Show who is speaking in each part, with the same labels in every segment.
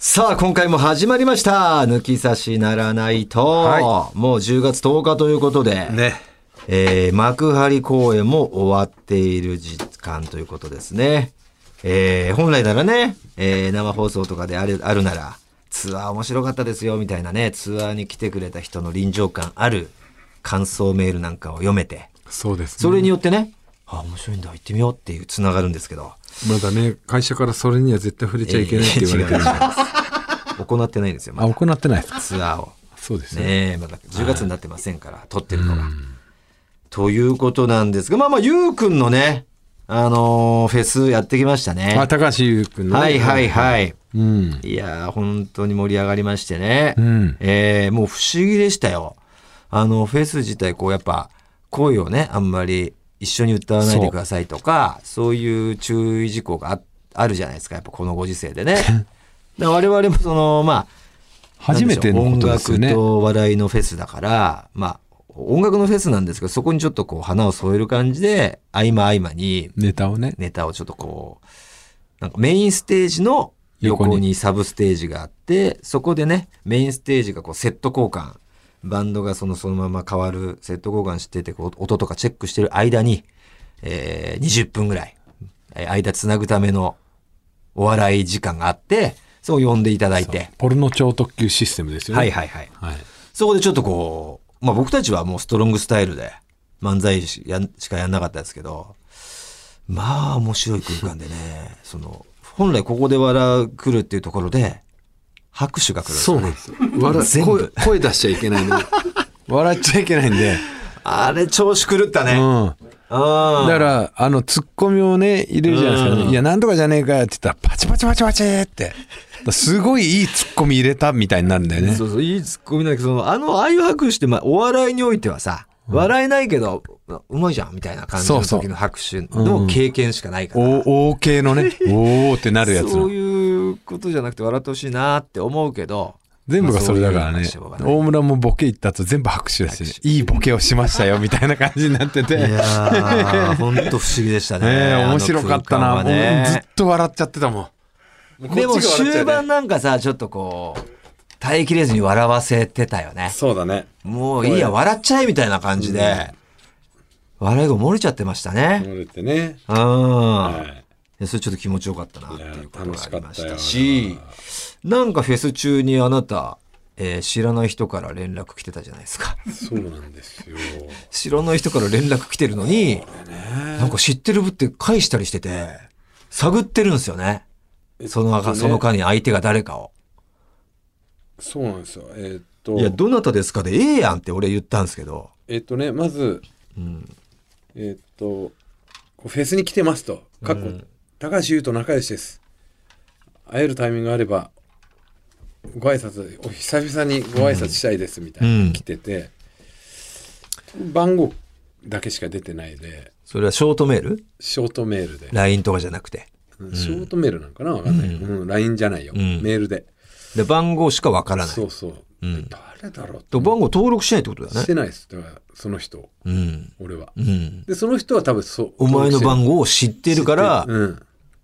Speaker 1: さあ、今回も始まりました。抜き差しならないと。
Speaker 2: は
Speaker 1: もう10月10日ということで、
Speaker 2: ね。
Speaker 1: えー幕張公演も終わっている時間ということですね。えー本来ならね、えー生放送とかであるあるなら、ツアー面白かったですよみたいなね、ツアーに来てくれた人の臨場感ある感想メールなんかを読めて、
Speaker 2: そうです、ね。
Speaker 1: それによってね、あ、面白いんだ、行ってみようっていう、つながるんですけど。
Speaker 2: まだね、会社からそれには絶対触れちゃいけないって言われてるんで。
Speaker 1: えー違います行ってないんですよ、ま
Speaker 2: あ、
Speaker 1: だ
Speaker 2: 行ってないですか。
Speaker 1: ツアーを。
Speaker 2: そうですね。
Speaker 1: ねえ、まだ10月になってませんから、撮ってるのが。ということなんですが、まあまあ、ゆうくんのね、あのーフェスやってきましたね
Speaker 2: あ、。高橋優君の、ね。
Speaker 1: はいはいはい。
Speaker 2: うん。
Speaker 1: いやー、本当に盛り上がりましてね。
Speaker 2: うん
Speaker 1: えーもう不思議でしたよ。あの、フェス自体、こう、やっぱ、声をね、あんまり一緒に歌わないでくださいとか、そういう注意事項がああるじゃないですか、やっぱこのご時世でね。だ から我々もその、まあ、
Speaker 2: 初めてのことですよ
Speaker 1: 音
Speaker 2: ね
Speaker 1: 楽。と笑いのフェスだから、まあ、音楽のフェスなんですけど、そこにちょっとこう、花を添える感じで、合間合間に
Speaker 2: ネタをね。
Speaker 1: ネタをちょっとこう、なんかメインステージの横
Speaker 2: 横
Speaker 1: にサブステージがあって、そこでね、メインステージがこうセット交換、バンドがそのそのまま変わるセット交換してて、こう音とかチェックしてる間に、えー20分ぐらい、えー間つなぐためのお笑い時間があって、そう呼んでいただいて、
Speaker 2: ポルノ超特急システムですよね。
Speaker 1: はいはいはい。
Speaker 2: はい。
Speaker 1: そこでちょっとこう、まあ僕たちはもうストロングスタイルで漫才しやんしかやんなかったですけど、まあ面白い空間でね、 その、本来ここで笑う来るっていうところで、拍手が来るんです
Speaker 2: そ
Speaker 1: よ
Speaker 2: うなんですよ。笑
Speaker 1: 全
Speaker 2: い
Speaker 1: 部
Speaker 2: 声、声出しちゃいけないの。 笑っちゃいけないんで。
Speaker 1: あれ調子狂った
Speaker 2: う
Speaker 1: ね。
Speaker 2: ん。
Speaker 1: あ
Speaker 2: だから、あの、ツッコミをね、入れるじゃないですか、
Speaker 1: うん
Speaker 2: ね。いや、なんとかじゃねえかよって言ったら、パチパチパチパチって。だからすごいいいツッコミ入れたみたいになるんだよね。
Speaker 1: そうそう、いいツッコミだけど、その、あの、ああいう拍手って、まあ、お笑いにおいてはさ、笑えないけど、ううまいじゃんみたいな感じの
Speaker 2: そうそう
Speaker 1: 時の拍手の経験しかないから。
Speaker 2: お、お系のね、おーってなるやつ
Speaker 1: そ
Speaker 2: の。
Speaker 1: ういうことじゃなくて笑ってほしいなって思うけど
Speaker 2: 全部がそれだから
Speaker 1: まあ
Speaker 2: ね
Speaker 1: そういう話。は
Speaker 2: 大村もボケ行った後全部拍手だし、いいボケをしましたよみたいな感じになってて。
Speaker 1: い
Speaker 2: ね
Speaker 1: やー、ほんと不思議でしたね。
Speaker 2: え、
Speaker 1: あの
Speaker 2: 面白かった
Speaker 1: 空間
Speaker 2: な。
Speaker 1: は
Speaker 2: もうずっ
Speaker 1: ね、
Speaker 2: と笑っちゃってたもん。
Speaker 1: でも終盤
Speaker 2: の。
Speaker 1: なんかさ、ちょっとこう、耐えきれずに笑わせてたよね。
Speaker 2: そうだね。
Speaker 1: もういいや、笑っちゃえみたいな感じで、笑いが漏れちゃってましたね。
Speaker 2: れてね。
Speaker 1: うん。
Speaker 2: はい
Speaker 1: いやそれちょっと気持ちよかったなっていうことがありま
Speaker 2: い
Speaker 1: し
Speaker 2: や
Speaker 1: た
Speaker 2: 楽
Speaker 1: し、なんかフェス中にあなた、えー知らない人から連絡来てたじゃないですか。
Speaker 2: そうなんですよ。
Speaker 1: 知らない人から連絡来てるのに、なんか知ってるぶって返したりしてて、探ってるんですよね。その中、その間に相手が誰かを。
Speaker 3: そうなんですよ。えーっと、
Speaker 1: いや、どなたですかで、ええやんって俺言ったんですけど。
Speaker 3: えーっとね、まず、えーっと、こうフェスに来てますと、過去、高橋優と仲良しです。会えるタイミングがあれば、ご挨拶、お久々にご挨拶したいですみたいな、
Speaker 1: うん
Speaker 3: 来てて、番号だけしか出てないで、
Speaker 1: それはショートメール
Speaker 3: ショートメールで、
Speaker 1: ?LINE とかじゃなくて。
Speaker 3: うんショートメールなんかなわかんない。うん、LINE じゃないよ、
Speaker 1: ん
Speaker 3: メールで。
Speaker 1: で、番号しかわからない。
Speaker 3: そうそう。
Speaker 1: ん
Speaker 3: 誰だろう
Speaker 1: と番号登録しないってことだ
Speaker 3: し
Speaker 1: ね。
Speaker 3: てないです。だから、その人、
Speaker 1: うん。
Speaker 3: 俺は。
Speaker 1: うん。
Speaker 3: でその人は多分そう
Speaker 1: お前の番号を知っているから、
Speaker 3: うん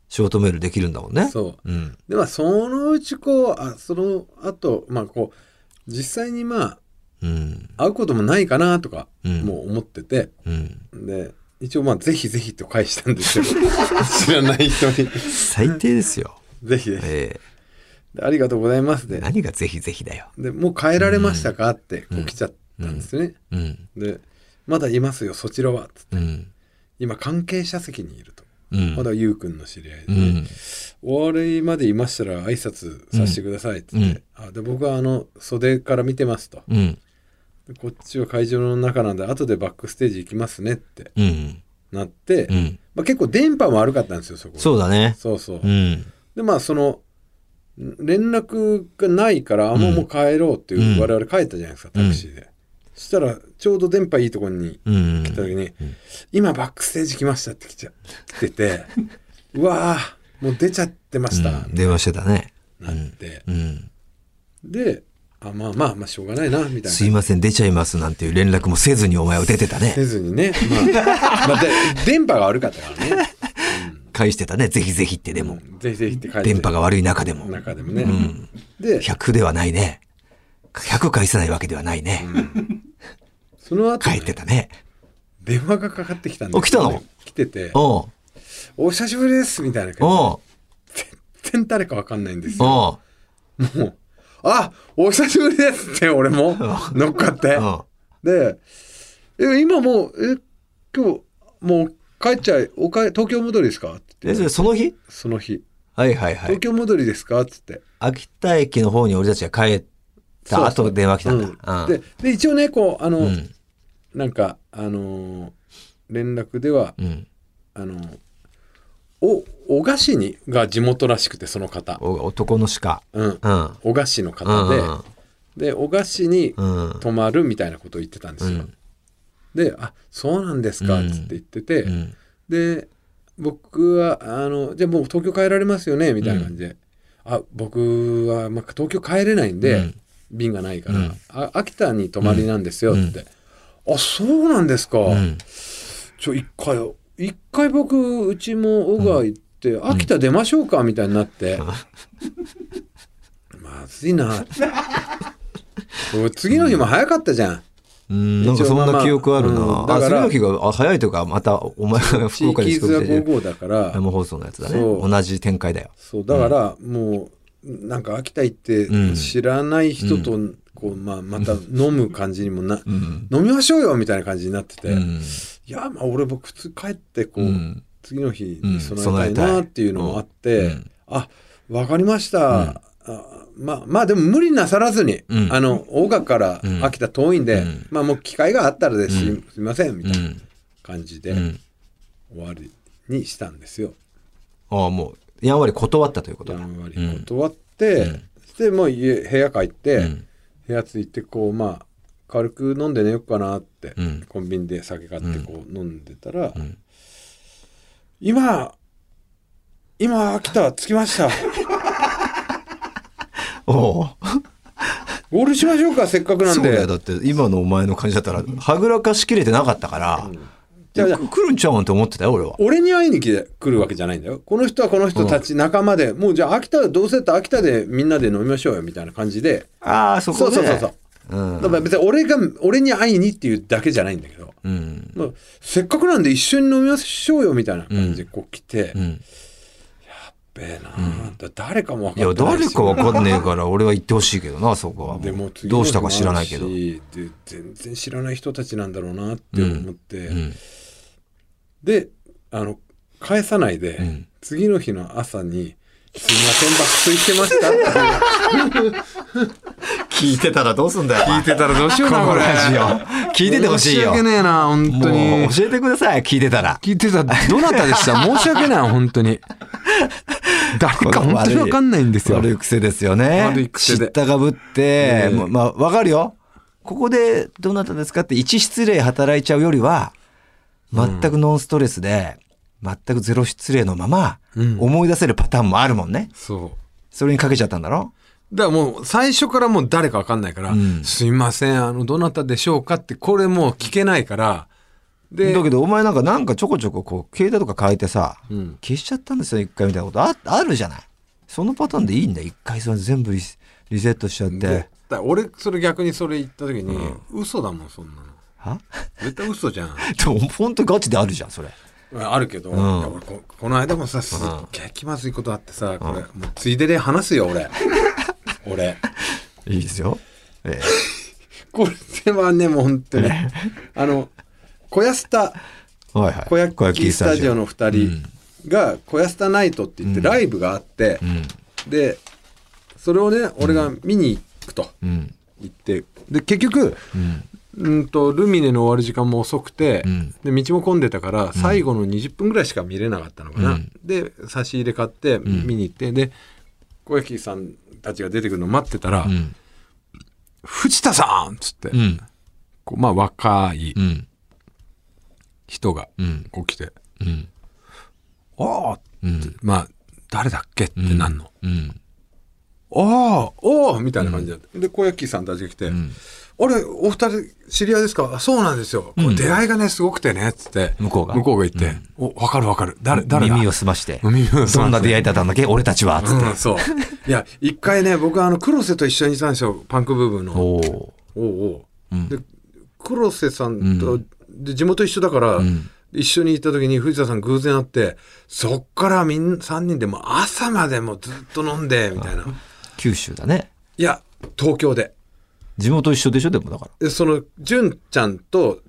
Speaker 1: ショートメールできるんだもんね。。
Speaker 3: そう
Speaker 1: ん。
Speaker 3: うでまあそのうちこうあその後まあこう実際にま
Speaker 1: うん。
Speaker 3: あ会うこともないかなとか、
Speaker 1: うん
Speaker 3: もう思ってて
Speaker 1: うん。
Speaker 3: で一応まあぜひぜひと返したんですけ ど知らない人に
Speaker 1: 最低ですよ。
Speaker 3: ぜひぜひ
Speaker 1: え
Speaker 3: でありがとうございます
Speaker 1: え
Speaker 3: で
Speaker 1: 何がぜひぜひだよ。
Speaker 3: でもう帰られましたかってこう来ちゃったんですね、
Speaker 1: うん。
Speaker 3: でまだいますよそちらはつって
Speaker 1: うん。
Speaker 3: 今関係者席にいると、
Speaker 1: うん
Speaker 3: まだゆうくんの知り合いで、
Speaker 1: うん。
Speaker 3: 終わりまでいましたら挨拶させてくださいっつって、
Speaker 1: うん
Speaker 3: あで僕はあの袖から見てますと
Speaker 1: うん。
Speaker 3: でこっちは会場の中なんで後でバックステージ行きますねって
Speaker 1: うん。
Speaker 3: なって、
Speaker 1: うん。
Speaker 3: まあ、結構電波も悪かったんですよそこ
Speaker 1: そうだね。
Speaker 3: そうそう
Speaker 1: うん。
Speaker 3: でまあそのん連絡がないからあもうもう帰ろうっていう、
Speaker 1: うん
Speaker 3: 我々帰ったじゃないですかタクシーで、そしたらちょうど電波いいところに
Speaker 1: うん
Speaker 3: 来。た時に、今バックステージ来ましたって来ちゃ来 ててうわーもう出ちゃってました、
Speaker 1: 電話してたね。
Speaker 3: なって、
Speaker 1: うん。
Speaker 3: であまあまあまあしょうがないなみたいな
Speaker 1: すいません、出ちゃいますなんていう連絡もせずにお前を出てたね。
Speaker 3: せずにね、まあ、まあで電波が悪かったからね
Speaker 1: 返してたね。ぜひぜひって でも。
Speaker 3: ぜひぜひって書いて
Speaker 1: 電波が悪い中でも。
Speaker 3: 中でもね、
Speaker 1: うん。
Speaker 3: で
Speaker 1: 100ではないね。100返せないわけではないね。
Speaker 3: その後、
Speaker 1: 返
Speaker 3: ね
Speaker 1: っ、てたね。
Speaker 3: 電話がかかってきたんで
Speaker 1: お来たの
Speaker 3: 来てて
Speaker 1: おう
Speaker 3: 「お久しぶりです」みたいな感
Speaker 1: おう
Speaker 3: じ全然誰かわかんないんですよ
Speaker 1: おう
Speaker 3: もう「あお久しぶりです」って俺も乗っかって
Speaker 1: おう
Speaker 3: でえ今もうえ今日もう帰っちゃいおかえ東京戻りですか?」って言
Speaker 1: え、
Speaker 3: っ
Speaker 1: そ
Speaker 3: て
Speaker 1: れその日
Speaker 3: その日
Speaker 1: はいはい
Speaker 3: 「
Speaker 1: は
Speaker 3: 東
Speaker 1: い。
Speaker 3: 京戻りですか?」っつって
Speaker 1: 秋田駅の方に俺たちが帰った
Speaker 3: そう
Speaker 1: 後電話来たん
Speaker 3: うん
Speaker 1: だ。
Speaker 3: でで一応ねこうあの、
Speaker 1: うん。うん。
Speaker 3: なんかあのー連絡では
Speaker 1: うん。
Speaker 3: あのーお小菓子にが地元らしくてその方、
Speaker 1: お男の鹿。
Speaker 3: うん、
Speaker 1: うん。
Speaker 3: 小菓子の
Speaker 1: う
Speaker 3: 方
Speaker 1: ん。うん
Speaker 3: で、で小菓子に
Speaker 1: うん。
Speaker 3: 泊まるみたいなことを言ってたんですよ、
Speaker 1: うん
Speaker 3: で「あそうなんですか」っつって言ってて、
Speaker 1: うん。
Speaker 3: で僕はあの「じゃあもう東京帰られますよね」みたいな感じで「あ僕は、まあ、東京帰れないんで、
Speaker 1: うん
Speaker 3: 便がないから、
Speaker 1: うん
Speaker 3: あ秋田に泊まりなんですよ」って、あそうなんですか、
Speaker 1: うん。
Speaker 3: ちょ一回一回僕うちも小川行って、秋田出ましょうかみたいになって、まずいな俺次の日も早かったじゃん、
Speaker 1: うん、なんかそんな記憶あるな。
Speaker 3: 一応まあまあうん
Speaker 1: あ、
Speaker 3: だ
Speaker 1: そ
Speaker 3: から
Speaker 1: の時が、あ、早いというか、また、お前が
Speaker 3: 地
Speaker 1: 福岡に
Speaker 3: 域
Speaker 1: 作
Speaker 3: 図
Speaker 1: っ
Speaker 3: は
Speaker 1: てる
Speaker 3: 5号だから
Speaker 1: 生放送のやつだね。
Speaker 3: そう
Speaker 1: 同じ展開だよ。
Speaker 3: そうだからもうなんか秋田行って
Speaker 1: うん
Speaker 3: 知らない人とこう、まあ、また飲む感じにもな、
Speaker 1: うん。
Speaker 3: 飲みましょうよみたいな感じになってて、
Speaker 1: う
Speaker 3: い
Speaker 1: ん。
Speaker 3: やまあ俺僕普通帰ってこ
Speaker 1: う
Speaker 3: う、
Speaker 1: ん。
Speaker 3: 次の日に
Speaker 1: うん
Speaker 3: 備えたいなっていうのもあって、
Speaker 1: うん
Speaker 3: あわかりました、あまあまあでも無理なさらずに、
Speaker 1: うん
Speaker 3: あの大賀から
Speaker 1: うん
Speaker 3: 秋田遠いんで、
Speaker 1: うん
Speaker 3: まあもう機会があったらですし、
Speaker 1: うん
Speaker 3: すいませんみ
Speaker 1: う。
Speaker 3: たいなん感じ
Speaker 1: う
Speaker 3: で
Speaker 1: ん。
Speaker 3: 終わりにしたんですよ。
Speaker 1: ああ、もう、やんわり断ったということ
Speaker 3: や
Speaker 1: だ。
Speaker 3: んわり
Speaker 1: うん
Speaker 3: 断って、
Speaker 1: うん
Speaker 3: でもう家部屋帰って、
Speaker 1: うん
Speaker 3: 部屋着いてこうまあ軽く飲んで寝ようかなって、
Speaker 1: うん
Speaker 3: コンビニで酒買ってこう飲んでたら、
Speaker 1: うん
Speaker 3: 今今秋田着きました。
Speaker 1: おう
Speaker 3: ゴールしましょうかせっかくなん
Speaker 1: そうだ
Speaker 3: で
Speaker 1: よ。だって、今のお前の感じだったら、はぐらかしきれてなかったから、
Speaker 3: じゃあじゃあ
Speaker 1: 来るんちゃうんって思ってたよ、俺は。
Speaker 3: 俺に会いに来るわけじゃないんだよこの人はこの人たち仲間で、もうじゃあ秋田どうせだったら秋田でみんなで飲みましょうよみたいな感じで、
Speaker 1: ああ、そ
Speaker 3: そ
Speaker 1: こ
Speaker 3: う
Speaker 1: ね
Speaker 3: そうそうそ
Speaker 1: う
Speaker 3: う、
Speaker 1: ん
Speaker 3: だから別に俺が俺に会いにっていうだけじゃないんだけど、
Speaker 1: うん。
Speaker 3: まあせっかくなんで一緒に飲みましょうよみたいな感じでこう来て、
Speaker 1: う
Speaker 3: やっ
Speaker 1: ん。
Speaker 3: べえな、だ誰かも分
Speaker 1: い
Speaker 3: か
Speaker 1: や、
Speaker 3: ってない
Speaker 1: 誰
Speaker 3: し
Speaker 1: かわかんねえから、 俺は行ってほしいけどな、そこは。
Speaker 3: でも次の
Speaker 1: どうしたか知らないけど。
Speaker 3: 日もあるしで全然知らない人たちなんだろうなって思って、
Speaker 1: うん。
Speaker 3: であの返さないで、
Speaker 1: ん
Speaker 3: 次の日の朝に「すいません爆睡してました」って
Speaker 1: 聞いてたらどうすんだよ。聞い
Speaker 3: 言ってたらどうしようなこれ
Speaker 1: 聞いててほしいよ。
Speaker 3: 申し訳ねえな本当
Speaker 1: も
Speaker 3: に
Speaker 1: う教えてください、聞いてたら。
Speaker 3: 聞いてたどなた でした申し訳ない本当に誰か本当に分かんないんですよ
Speaker 1: 悪い癖ですよね。
Speaker 3: 悪い癖で
Speaker 1: 知ったかぶって、
Speaker 3: ええ
Speaker 1: もうまあ、わかるよ。ここで、どなたですかって、一失礼働いちゃうよりは、全くノンストレスで、全くゼロ失礼のまま、
Speaker 3: うん
Speaker 1: 思い出せるパターンもあるもんね。
Speaker 3: そう
Speaker 1: それにかけちゃったんだろ
Speaker 3: だからもう最初からもう誰か分かんないから「
Speaker 1: うん
Speaker 3: すいませんあのどなたでしょうか?」ってこれもう聞けないからで
Speaker 1: だけど、お前なんか、なんかちょこちょこ、こう、携帯とか変えてさ、
Speaker 3: うん
Speaker 1: 消しちゃったんですよ、一回みたいなことあ、あるじゃない。そのパターンでいいんだよ、一回それ全部リスリセットしちゃっ
Speaker 3: でだ
Speaker 1: て
Speaker 3: か。ら俺それ逆にそれ言った時に、嘘だもんそんなの
Speaker 1: は
Speaker 3: 絶対嘘じゃん
Speaker 1: でも、ほんとガチであるじゃん、それ。
Speaker 3: あるけ
Speaker 1: ん
Speaker 3: ど、いや俺ここの間もさすっげえ気まずいことあってさ、これもうついでで話すよ 俺俺
Speaker 1: いいですよ。え
Speaker 3: これはねもう本当にあの小安田
Speaker 1: え。はいはい。
Speaker 3: 小焼きスタジオの2人が「小安田ナイト」って言ってライブがあって、
Speaker 1: うん。
Speaker 3: でそれをね俺が見に行くと
Speaker 1: うん。
Speaker 3: 言ってで結局
Speaker 1: うん。
Speaker 3: うんとルミネの終わる時間も遅くて、
Speaker 1: うん
Speaker 3: で道も混んでたから最後の20分ぐらいしか見れなかったのかな、
Speaker 1: うん
Speaker 3: で差し入れ買って見に行って、で小焼さんたちが出てくるの待ってたら「
Speaker 1: うん。
Speaker 3: 藤田さん!」っつって、
Speaker 1: うん。
Speaker 3: こうまあ若い
Speaker 1: うん。
Speaker 3: 人が
Speaker 1: うん。
Speaker 3: こう来て
Speaker 1: うん。
Speaker 3: 「ああ!」ってまあ誰だっけってなんの、
Speaker 1: うん。
Speaker 3: ああおおみたいな感じだった、で小焼さんたちが来て「ああれ、お二人、知り合いですかあそうなんですよ。こう出会いがね、すごくてね、つって。
Speaker 1: 向こうが
Speaker 3: 向こうが言って。お、わかるわかる。誰、誰だ
Speaker 1: 耳を澄まして。
Speaker 3: 耳を澄まして
Speaker 1: どんな出会いだったんだっけ俺たちは。つって。
Speaker 3: う ん、そう。いや、一回ね、僕はあの、黒瀬と一緒にいたんですよ、パンク部分の。お
Speaker 1: お
Speaker 3: う
Speaker 1: ー
Speaker 3: おう。
Speaker 1: ん
Speaker 3: で、黒瀬さんと、で、地元一緒だから、
Speaker 1: ん
Speaker 3: 一緒に行った時に藤田さん偶然会って、そっからみん、三人でもう朝までもうずっと飲んで、みたいな。
Speaker 1: 九州だね。
Speaker 3: いや、東京で。
Speaker 1: 地元一緒でしょでもだから。
Speaker 3: でその、純ちゃんと、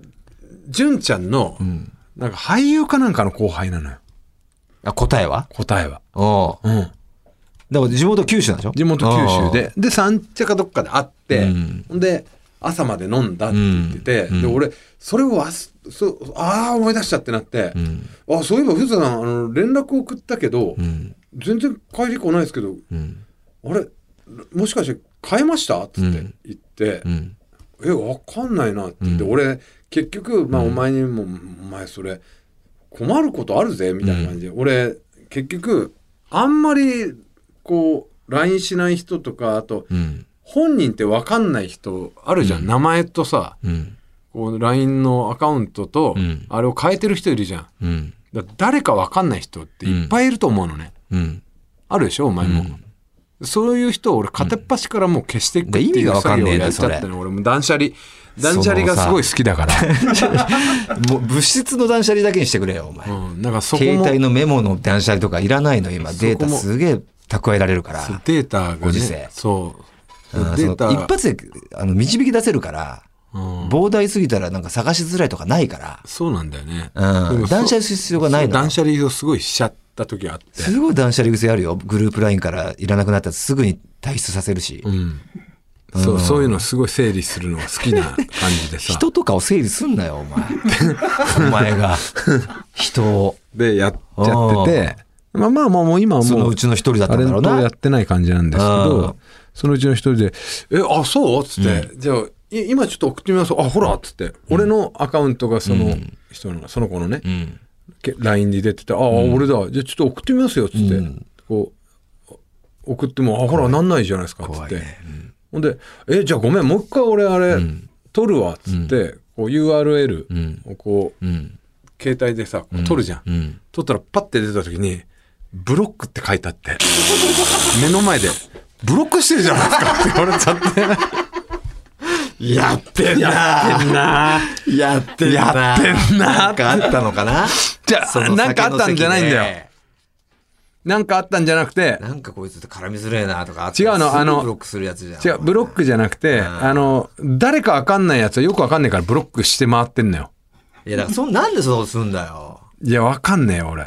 Speaker 3: 純ちゃんの、
Speaker 1: うん。
Speaker 3: なんか俳優かなんかの後輩なのよ、
Speaker 1: あ、答えは
Speaker 3: 答えは。
Speaker 1: おう
Speaker 3: うん。
Speaker 1: だから地元九州なんでしょ
Speaker 3: 地元九州。で、で、三茶かどっかで会って
Speaker 1: うん、
Speaker 3: ほんで、朝まで飲んだって言ってて、
Speaker 1: うん
Speaker 3: で、
Speaker 1: うん
Speaker 3: 俺、それをわす、そああ、思い出したってなって
Speaker 1: あーう、ん。
Speaker 3: あそういえば、藤田さん、あの、連絡送ったけど
Speaker 1: う、ん。
Speaker 3: 全然帰り来ないですけど、
Speaker 1: うん。
Speaker 3: あれ、もしかして変えましたって
Speaker 1: うん
Speaker 3: 言って
Speaker 1: う、ん。
Speaker 3: え、わかんないなって言って、
Speaker 1: うん
Speaker 3: 俺、結局、まあ、お前にも、お前、それ、困ることあるぜ、みたいな感じで、俺、結局、あんまり、こう、LINE しない人とか、あと、
Speaker 1: うん。
Speaker 3: 本人って分かんない人あるじゃん、名前とさ
Speaker 1: うん。
Speaker 3: こう LINE のアカウントと、
Speaker 1: うん
Speaker 3: あれを変えてる人いるじゃん
Speaker 1: うん。
Speaker 3: だ誰か分かんない人っていっぱいいると思うのね、
Speaker 1: うん。
Speaker 3: あるでしょお前も、そういう人を俺片っ端からもう消していくって
Speaker 1: うんで意
Speaker 3: い
Speaker 1: 味
Speaker 3: う
Speaker 1: が分か
Speaker 3: 作
Speaker 1: ん
Speaker 3: 業を
Speaker 1: ねえな
Speaker 3: やっちゃった
Speaker 1: そ
Speaker 3: の俺もう断捨離断捨離がすごい好きだから、
Speaker 1: もう物質の断捨離だけにしてくれよ、お前。
Speaker 3: うん、なんかそこ
Speaker 1: 携
Speaker 3: も
Speaker 1: 帯のメモの断捨離とかいらないの、今。
Speaker 3: そこも
Speaker 1: データすげえ蓄えられるか
Speaker 3: そう
Speaker 1: ら。
Speaker 3: データが、ね、
Speaker 1: ご時世
Speaker 3: そう
Speaker 1: うんそ
Speaker 3: デー
Speaker 1: の
Speaker 3: タ
Speaker 1: 一発であの導き出せるから、
Speaker 3: うん
Speaker 1: 膨大すぎたらなんか探しづらいとかないか
Speaker 3: そうなんだよね、
Speaker 1: ら、
Speaker 3: で
Speaker 1: うん、
Speaker 3: も
Speaker 1: 断捨離する必要がない
Speaker 3: そう
Speaker 1: の
Speaker 3: 断。捨離をすごいしちゃった時があって
Speaker 1: すごい断捨離癖あるよ。グループラインからいらなくなったらすぐに退出させるし
Speaker 3: う。ん、そうそういうのすごい整理するのが好きな感じでさ
Speaker 1: 人とかを整理すんなよ、お 前。お前が。人を。
Speaker 3: でやっちゃっててまあまあまあもう今は
Speaker 1: そ
Speaker 3: も
Speaker 1: の
Speaker 3: う
Speaker 1: うちの一人だった
Speaker 3: タ
Speaker 1: ん
Speaker 3: レ
Speaker 1: だろう
Speaker 3: ントや
Speaker 1: な
Speaker 3: っ。てない感じなんですけ
Speaker 1: うん
Speaker 3: どそのうちの一人で「えあそう?」っつって「じゃあい今ちょっと送ってみます」「あほら」っつって俺のアカウントがその人のその子のね
Speaker 1: うん。
Speaker 3: け LINE に出てて「ああ俺だじゃあちょっと送ってみますよ」っつってこう送っても「あほらなんないじゃないですか」っつっ
Speaker 1: 怖い
Speaker 3: て
Speaker 1: ね。
Speaker 3: ほんで「えじゃあごめんもう一回俺あれ取るわ」っつって、こう URL
Speaker 1: ん
Speaker 3: をこう、
Speaker 1: うん。
Speaker 3: 携帯でさこう取るじゃん、
Speaker 1: うん。
Speaker 3: 取ったらパッて出た時に「ブロック」って書いてあって目の前で「ブロックしてるじゃないですか」って言われちゃって。
Speaker 1: やってんなやってんなやってんな
Speaker 3: やってんな
Speaker 1: なんかあったのかな
Speaker 3: じゃあ
Speaker 1: その
Speaker 3: なんかあったんじゃないんだよ
Speaker 1: 酒の席で
Speaker 3: なんかあったんじゃなくて
Speaker 1: なんかこいつと絡みづれえなとかあった
Speaker 3: 違
Speaker 1: ら
Speaker 3: うの
Speaker 1: すぐ
Speaker 3: あの
Speaker 1: ブロックするやつじゃん
Speaker 3: 違うブロックじゃなくて
Speaker 1: ん
Speaker 3: あの誰かわかんないやつはよくわかんないからブロックして回ってんのよ
Speaker 1: いやだからそんなんでそうすんだよ
Speaker 3: いやわかんねえよ 俺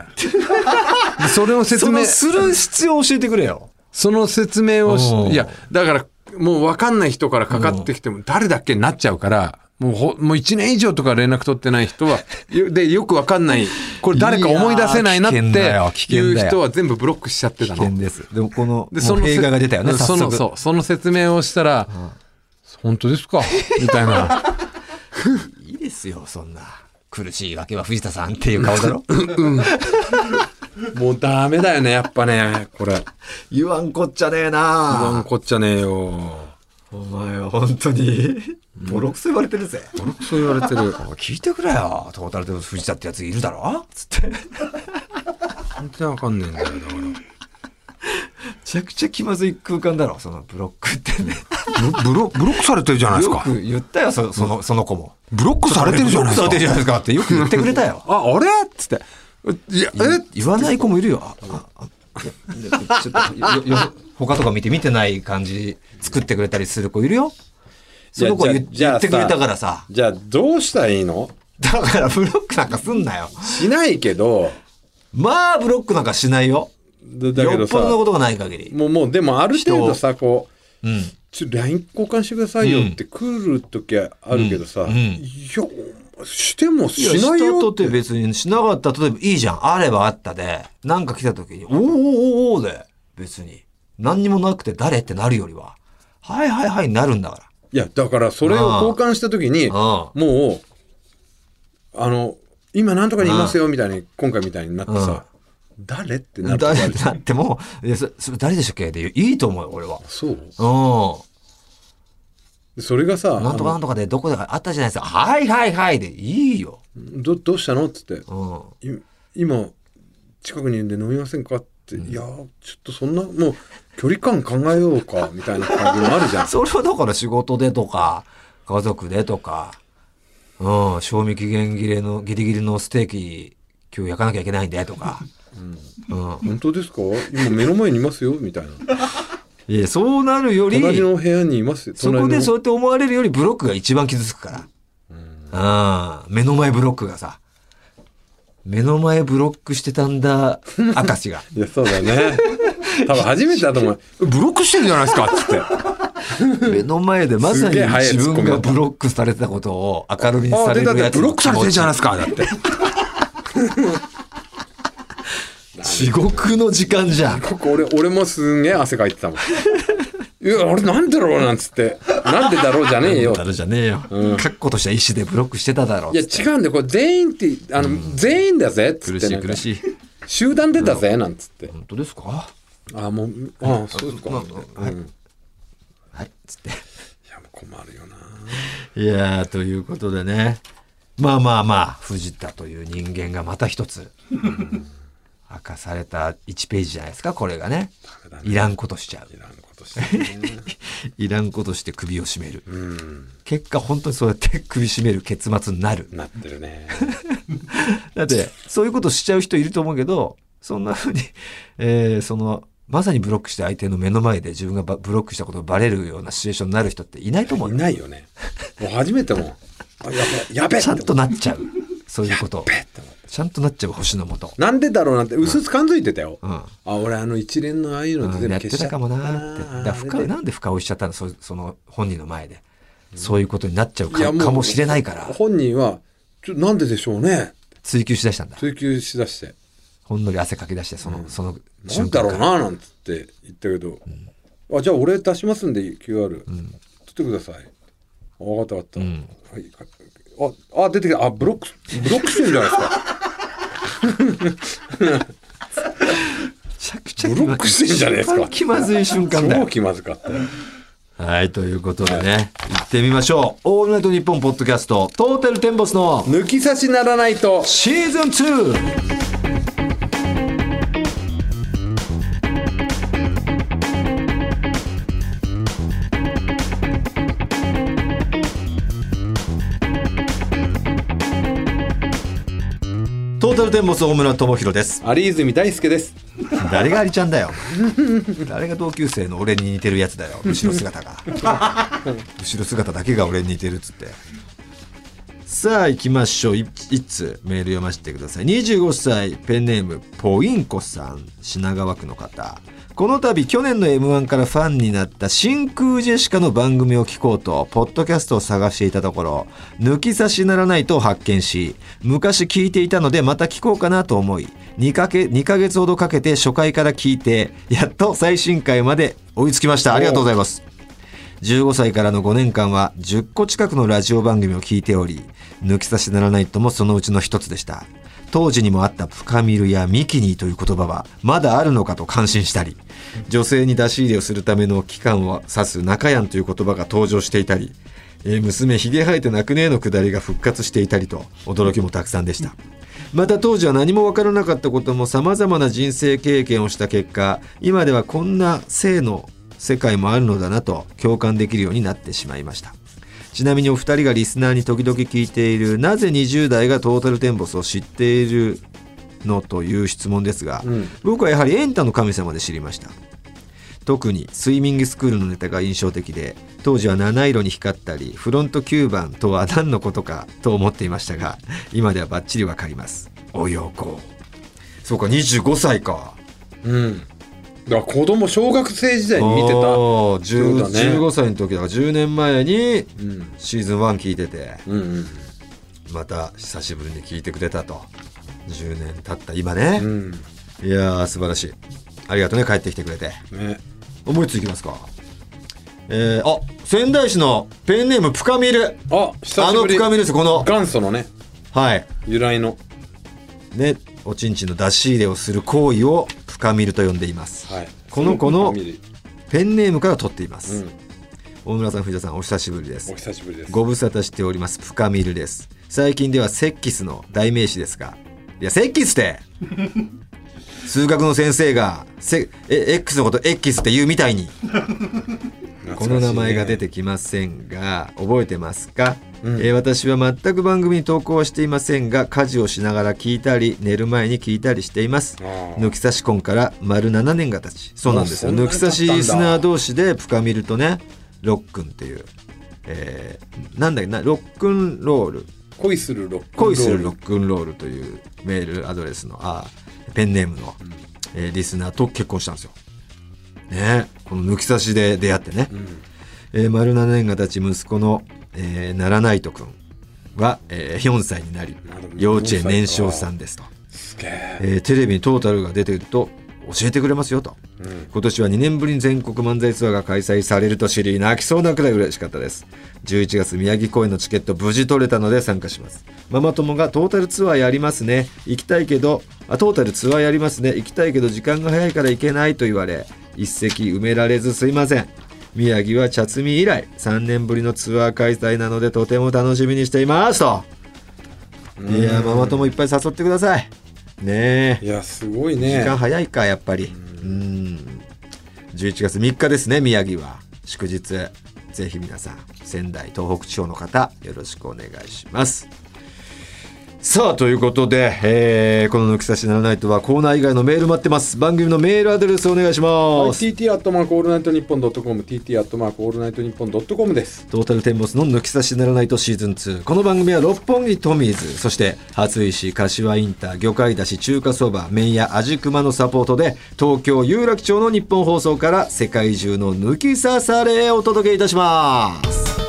Speaker 3: それを説
Speaker 1: そ
Speaker 3: 明
Speaker 1: のする必要を教えてくれよ
Speaker 3: その説明をし
Speaker 1: おう
Speaker 3: いや、だから、もう分かんない人からかかってきても、誰だっけになっちゃうから、もうほ、もう1年以上とか連絡取ってない 人は、よで、よく分かんない、これ誰か思い出せないなって
Speaker 1: いやー危険だよ危
Speaker 3: い
Speaker 1: 険
Speaker 3: う
Speaker 1: だよ
Speaker 3: 人は全部ブロックしちゃってたの。
Speaker 1: ですでもこの
Speaker 3: で、そのせ、
Speaker 1: 映画が出たよね
Speaker 3: うん
Speaker 1: 早
Speaker 3: その、
Speaker 1: 速
Speaker 3: そう、その説明をしたら、本当ですかみた いな。
Speaker 1: いいですよそんな苦しいわけは藤田さんっていう顔だ ろ
Speaker 3: もうダメだよね、やっぱね、これ。言
Speaker 1: 言わんこっちゃねえ
Speaker 3: わん
Speaker 1: な
Speaker 3: こっちゃねえよ。
Speaker 1: お前は本当にボロクソ言われてるぜ
Speaker 3: そう言われてる。
Speaker 1: 聞いてくれよトータルで藤田ってやついるだろつって
Speaker 3: 本当に分かんねえんだよ、だから。
Speaker 1: めちゃくちゃ気まずい空間だろそのブロックってね
Speaker 2: ブロブロックされてるじゃないです
Speaker 1: よ
Speaker 2: か。
Speaker 1: く言ったよそそのその子も
Speaker 2: ブロックされてるじゃないですか。
Speaker 1: ブロックされてるじゃないですかってよく言ってくれたよ
Speaker 3: あ、あれっつって。いや、え
Speaker 1: 言わない子もいるよあああいやちょっとよよ他とか見て見てない感じ作ってくれたりする子いるよその子言
Speaker 3: じゃ
Speaker 1: 言
Speaker 3: あ
Speaker 1: ってくれたからさ
Speaker 3: じゃあどうしたらいいの
Speaker 1: だからブロックなんかすんなよ
Speaker 3: しないけど、
Speaker 1: まあブロックなんかしないよ
Speaker 3: だだけ
Speaker 1: よ
Speaker 3: ど
Speaker 1: っ
Speaker 3: さ、
Speaker 1: ぽどのこ
Speaker 3: も
Speaker 1: とがない限り
Speaker 3: う、もう、でもある程度さ、こう、
Speaker 1: うん
Speaker 3: ちょ、LINE 交換してくださいよって来るときあるけどさ、
Speaker 1: うんうん
Speaker 3: いや、してもしない
Speaker 1: や人
Speaker 3: よっ
Speaker 1: とって
Speaker 3: て。
Speaker 1: 別にしなかったとえばいいじゃん。あればあったで、なんか来た時に、おーおーおーおーで、別に。何にもなくて誰ってなるよりは、はいはいはいになるんだか
Speaker 3: いや、だからそれを交換したときに、
Speaker 1: ら。うん。
Speaker 3: もう、あの、今なんとかにいますよみたいに、今回みたいになってさ、誰ってなるとこあ
Speaker 1: 誰っ
Speaker 3: る
Speaker 1: て
Speaker 3: じゃん
Speaker 1: なっても、いや、そそれ誰でしたっけでいいと思うよ、俺は。
Speaker 3: そう
Speaker 1: うん。
Speaker 3: でそれがさ、
Speaker 1: なんとかなんとかでどこであったじゃないですか。はいはいはいでいいよ。
Speaker 3: あのどどうしたのっつって、
Speaker 1: うん。
Speaker 3: い今近くにいるんで飲みませんかって、いやーちょっとそんなもう距離感考えようかみたいな感じもあるじゃん
Speaker 1: それはだから仕事でとか、家族でとか、うん、賞味期限切れの、ギリギリのステーキ、今日焼かなきゃいけないんでとか。うん。
Speaker 3: 本当ですか今目の前にいますよみたいない
Speaker 1: や、そうなるより、
Speaker 3: 隣の部屋にいますよ
Speaker 1: そこで
Speaker 3: 隣の
Speaker 1: そうやって思われるよりブロックが一番傷つくから。ああ、目の前ブロックがさ。目の前ブロックしてたんだ、明 石が。
Speaker 3: いやそうだね多分初めてだと思うブロックしてるじゃないですかっつって
Speaker 1: 目の前でまさ
Speaker 3: す
Speaker 1: に
Speaker 3: げえ早い
Speaker 1: 自分
Speaker 3: ツッコミだ
Speaker 1: が
Speaker 3: った
Speaker 1: ブロックされてたことを明るみに
Speaker 3: あ
Speaker 1: さ
Speaker 3: あ
Speaker 1: れ
Speaker 3: で
Speaker 1: る
Speaker 3: だ
Speaker 1: や
Speaker 3: っ
Speaker 1: つの
Speaker 3: てブロックされてるじゃない
Speaker 1: 気
Speaker 3: ですかだって
Speaker 1: 持ち地獄の時間じゃん。
Speaker 3: ここ俺俺もすんげえ汗かいてたもんいや俺なんでだろうなんつってなんでだろうじゃねえよ
Speaker 1: だろじゃねえよ。カッコとした意思でブロックしてただろ。
Speaker 3: いや違うんだよこれ全員ってあの、全員だぜっつ
Speaker 1: 苦
Speaker 3: っ
Speaker 1: してい
Speaker 3: なんか
Speaker 1: 苦しい。
Speaker 3: 集団でだぜなんつって、
Speaker 1: 本当ですか
Speaker 3: あもうああそうですか、
Speaker 1: なんだ
Speaker 3: うん、い
Speaker 1: はい。つっ
Speaker 3: やもう困るよな
Speaker 1: て。いやー、ということでね。まあまあまあ、藤田という人間がまた一つ、明かされた1ページじゃないですか、これがね。
Speaker 3: ダメだね
Speaker 1: いらんことしちゃう
Speaker 3: い。らんことしてるね
Speaker 1: いらんことして首を絞める。
Speaker 3: うん
Speaker 1: 結果、本当にそうやって首絞める結末になる。
Speaker 3: なってるね
Speaker 1: だって、そういうことしちゃう人いると思うけど、そんな風に、 えーその、まさにブロックして相手の目の前で自分がばブロックしたことをバレるようなシチュエーションになる人っていないと思う
Speaker 3: い
Speaker 1: よ。
Speaker 3: ないよねもう初め てもんあやべやべ
Speaker 1: ちゃんと
Speaker 3: な
Speaker 1: なっちゃう。そういうこと。
Speaker 3: って思って
Speaker 1: ちゃんとなっちゃう星の元。
Speaker 3: なんでだろうなんて薄々感づいてたよ、
Speaker 1: うん。
Speaker 3: あ俺あの一連のああいうの
Speaker 1: う
Speaker 3: で
Speaker 1: ん
Speaker 3: 全部
Speaker 1: やって
Speaker 3: 消し
Speaker 1: た
Speaker 3: ちゃった
Speaker 1: かもなーって。だから深追いなんで深追いしちゃったのそその本人の前で。そういうことになっちゃう
Speaker 3: い
Speaker 1: か
Speaker 3: やもう
Speaker 1: かもしれないから、
Speaker 3: 本人はちょなんででしょうね
Speaker 1: 追求しだしたんだ。
Speaker 3: 追求しだして
Speaker 1: ほんのり汗かき出して、その、その
Speaker 3: なん
Speaker 1: 瞬
Speaker 3: だ
Speaker 1: 間か
Speaker 3: ろう
Speaker 1: ら。
Speaker 3: ななんつって言ったけど、あじゃあ俺出しますんで QR、取ってください分かった分かった、はいかああ出てきたあブロックブロックしてるじゃないですか
Speaker 1: めちゃくちゃ
Speaker 3: ブロックしてんじゃねえですか
Speaker 1: 一番気まずい瞬間だ
Speaker 3: 超
Speaker 1: よ。
Speaker 3: 気まずかったよ
Speaker 1: はい、ということでね、行ってみましょう。オールナイトニッポンポッドキャスト、トータルテンボスの
Speaker 3: 抜き差しならないと
Speaker 1: シーズン 2! トータルテンボス大村智弘です。
Speaker 3: 有泉大輔です
Speaker 1: 誰がアリちゃんだよ誰が同級生の俺に似てるやつだよ後ろ姿が後ろ姿だけが俺に似てるっつってさあ行きましょうい一通メール読ませてください25歳ペンネームポインコさん品川区の方この度去年の m 1からファンになった真空ジェシカの番組を聞こうとポッドキャストを探していたところ抜き差しならないと発見し昔聞いていたのでまた聞こうかなと思い2かけ2ヶ月ほどかけて初回から聞いてやっと最新回まで追いつきましたありがとうございます15歳からの5年間は10個近くのラジオ番組を聞いており抜き差しならないともそのうちの一つでした当時にもあったプカミルやミキニーという言葉はまだあるのかと感心したり女性に出し入れをするための期間を指す中やんという言葉が登場していたり、えー娘ひげ生えて泣くねえのくだりが復活していたりと驚きもたくさんでしたまた当時は何も分からなかったこともさまざまな人生経験をした結果今ではこんな性の世界もあるのだなと共感できるようになってしまいましたちなみにお二人がリスナーに時々聞いているなぜ20代がトータルテンボスを知っているのという質問ですが、
Speaker 3: うん
Speaker 1: 僕はやはりエンタの神様で知りました特にスイミングスクールのネタが印象的で当時は七色に光ったりフロント9番とは何のことかと思っていましたが今ではバッチリわかりますおよこそうか25歳か
Speaker 3: うんだから子供小学生時代に見てた、
Speaker 1: おー10
Speaker 3: そうだね
Speaker 1: 15歳の時だから10年前に
Speaker 3: うん
Speaker 1: シーズン1聞いてて
Speaker 3: うんうん
Speaker 1: また久しぶりに聞いてくれたと10年経った今ね
Speaker 3: う、ん
Speaker 1: いやー素晴らしいありがとうね帰ってきてくれて
Speaker 3: ね
Speaker 1: もう一ついきますかえー、あ仙台市のペンネームプカミル
Speaker 3: あ久
Speaker 1: あ
Speaker 3: し
Speaker 1: の
Speaker 3: ぶり
Speaker 1: プカミルですこの
Speaker 3: 元祖のね
Speaker 1: はい
Speaker 3: 由来の
Speaker 1: ねおちんちんの出し入れをする行為をプカミルと呼んでいます
Speaker 3: はい
Speaker 1: この子の
Speaker 3: 見る
Speaker 1: ペンネームから取っています、
Speaker 3: うん
Speaker 1: 大村さん藤田さんお久しぶりです
Speaker 3: お久しぶりです。
Speaker 1: ご無沙汰しております深見るです最近ではセッキスの代名詞ですがいやセッキスって 数学の先生がセえ X のこと X って言うみたいにこの名前が出てきませんが覚えてますか、
Speaker 3: うん
Speaker 1: えー私は全く番組に投稿はしていませんが家事をしながら聞いたり寝る前に聞いたりしています
Speaker 3: あー
Speaker 1: 抜き差し婚から丸7年が経ちそうなんですよ
Speaker 3: もうそん
Speaker 1: 抜
Speaker 3: な
Speaker 1: き
Speaker 3: に経った
Speaker 1: 差
Speaker 3: んだ
Speaker 1: しリスナー同士でプカミルとねロックンっていう、えーなんだっけなロックンロール
Speaker 3: 恋するロックンロール
Speaker 1: 恋するロックンロールというメールアドレスのあーペンネームの、えーリスナーと結婚したんですよ。ねこの抜き差しで出会ってね、
Speaker 3: うん
Speaker 1: えー丸7年が経ち息子の、えー、ならないとくんは、えー4歳になり
Speaker 3: なるほど
Speaker 1: 幼稚園年少さんですと、
Speaker 3: すげえ。
Speaker 1: えーテレビにトータルが出てると教えてくれますよと。
Speaker 3: うん
Speaker 1: 今年は2年ぶりに全国漫才ツアーが開催されると知り泣きそうなくらい嬉しかったです11月宮城公演のチケット無事取れたので参加しますママ友がトータルツアーやりますね行きたいけどあトータルツアーやりますね行きたいけど時間が早いから行けないと言われ一席埋められずすいません宮城は茶摘み以来3年ぶりのツアー開催なのでとても楽しみにしていますといやーママ友いっぱい誘ってくださいねえ
Speaker 3: いや、すごい
Speaker 1: 時
Speaker 3: ね。
Speaker 1: 間早いかやっぱりうん11月3日ですね宮城は祝日ぜひ皆さん仙台東北地方の方よろしくお願いしますさあということで、えーこの「抜き差しならないと」はコーナー以外のメール待ってます番組のメールアドレスお願いし
Speaker 3: はい、
Speaker 1: ます、
Speaker 3: TT アットマークオールナイトニッポンドットコム TT アットマークオールナイトニッポンドットコムです。
Speaker 1: トータルテンボスの抜き差しならないとシーズン2。この番組は六本木トミーズ、そして、初石、柏インター、魚介だし、中華そば、麺屋、味熊のサポートで、東京有楽町の日本放送から世界中の抜き差されへお届けいたします。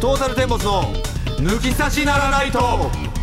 Speaker 1: トータルテンボスの抜き差しならないと。